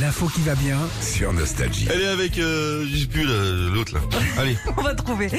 L'info qui va bien. sur Nostalgie. Elle est avec, euh, je sais plus, le- l'autre là. Allez. On va trouver.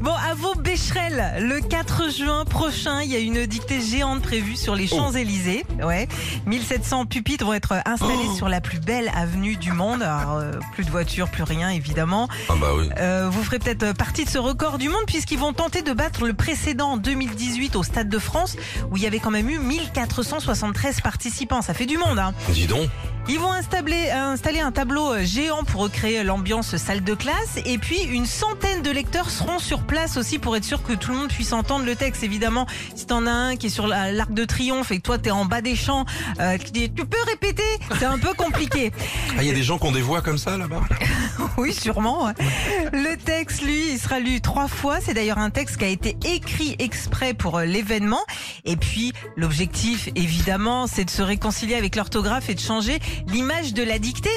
Bon, à vos Becherel, le 4 juin prochain, il y a une dictée géante prévue sur les Champs-Élysées. Ouais. 1700 pupitres vont être installés sur la plus belle avenue du monde. Alors, euh, plus de voitures, plus rien, évidemment. Ah bah oui. Euh, vous ferez peut-être partie de ce record du monde puisqu'ils vont tenter de battre le précédent en 2018 au Stade de France où il y avait quand même eu 1473 participants. Ça fait du monde, hein. Dis donc. Ils vont installer, installer un tableau euh, géant pour recréer l'ambiance salle de classe. Et puis, une centaine de lecteurs seront sur place aussi pour être sûr que tout le monde puisse entendre le texte. Évidemment, si t'en as un qui est sur la- l'arc de triomphe et que toi t'es en bas des champs, euh, qui dit tu peux répéter, c'est un peu compliqué. Ah, il y a des gens qui ont des voix comme ça là-bas. Oui, sûrement. ouais. Le texte, lui, il sera lu trois fois. C'est d'ailleurs un texte qui a été écrit exprès pour euh, l'événement. Et puis, l'objectif, évidemment, c'est de se réconcilier avec l'orthographe et de changer l'image de la dictée.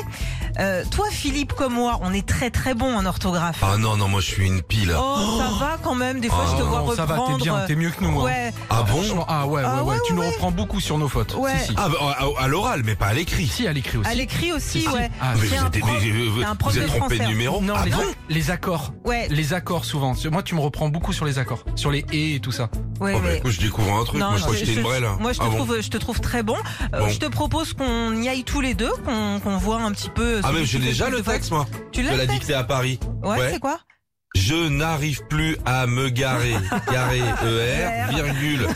Euh, toi, Philippe, comme moi, on est très très bon en orthographe. Ah non, non, moi je suis une pile. Oh, ça va quand même. Des fois, je te vois Ah. ça reprendre. euh, va, t'es bien, t'es mieux que nous. hein. Ouais. Ah bon Franchement, ah ouais, ouais, Ah ouais, ouais, tu nous ouais. reprends beaucoup sur nos fautes. Ouais. Si, si. Ah, bah, à, à l'oral, mais pas à l'écrit. Si, à l'écrit aussi. À l'écrit Si, aussi, si. ouais. Ah, Mais oui. J'ai vous un êtes, prof- mais, euh, j'ai un prof vous êtes de trompé de français. numéro Non, Ah les, bon les accords. Ouais, Les accords, souvent. Moi, tu me reprends beaucoup sur les accords. Sur les et et tout ça. ouais, Oh, bah, mais- écoute, je découvre un truc. Non, moi je non, crois que j'étais une brêle. Moi, je te, ah, bon. trouve, je te trouve très bon. Euh, Bon. Je te propose qu'on y aille tous les deux, qu'on qu'on voit un petit peu. Ah, celui mais qui j'ai fait déjà plus le de votes. texte, moi. Tu De l'as la le texte dictée à Paris. Ouais, Ouais. c'est quoi Je n'arrive plus à me garer. Garer E ER, virgule.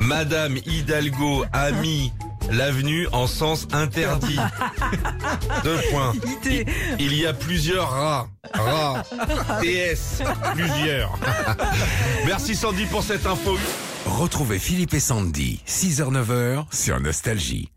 Madame Hidalgo a mis l'avenue en sens interdit. Deux points. T'es- Il y a plusieurs rats. Rats. TS. Plusieurs. Merci Sandy pour cette info. Retrouvez Philippe et Sandy, 6h-9h sur Nostalgie.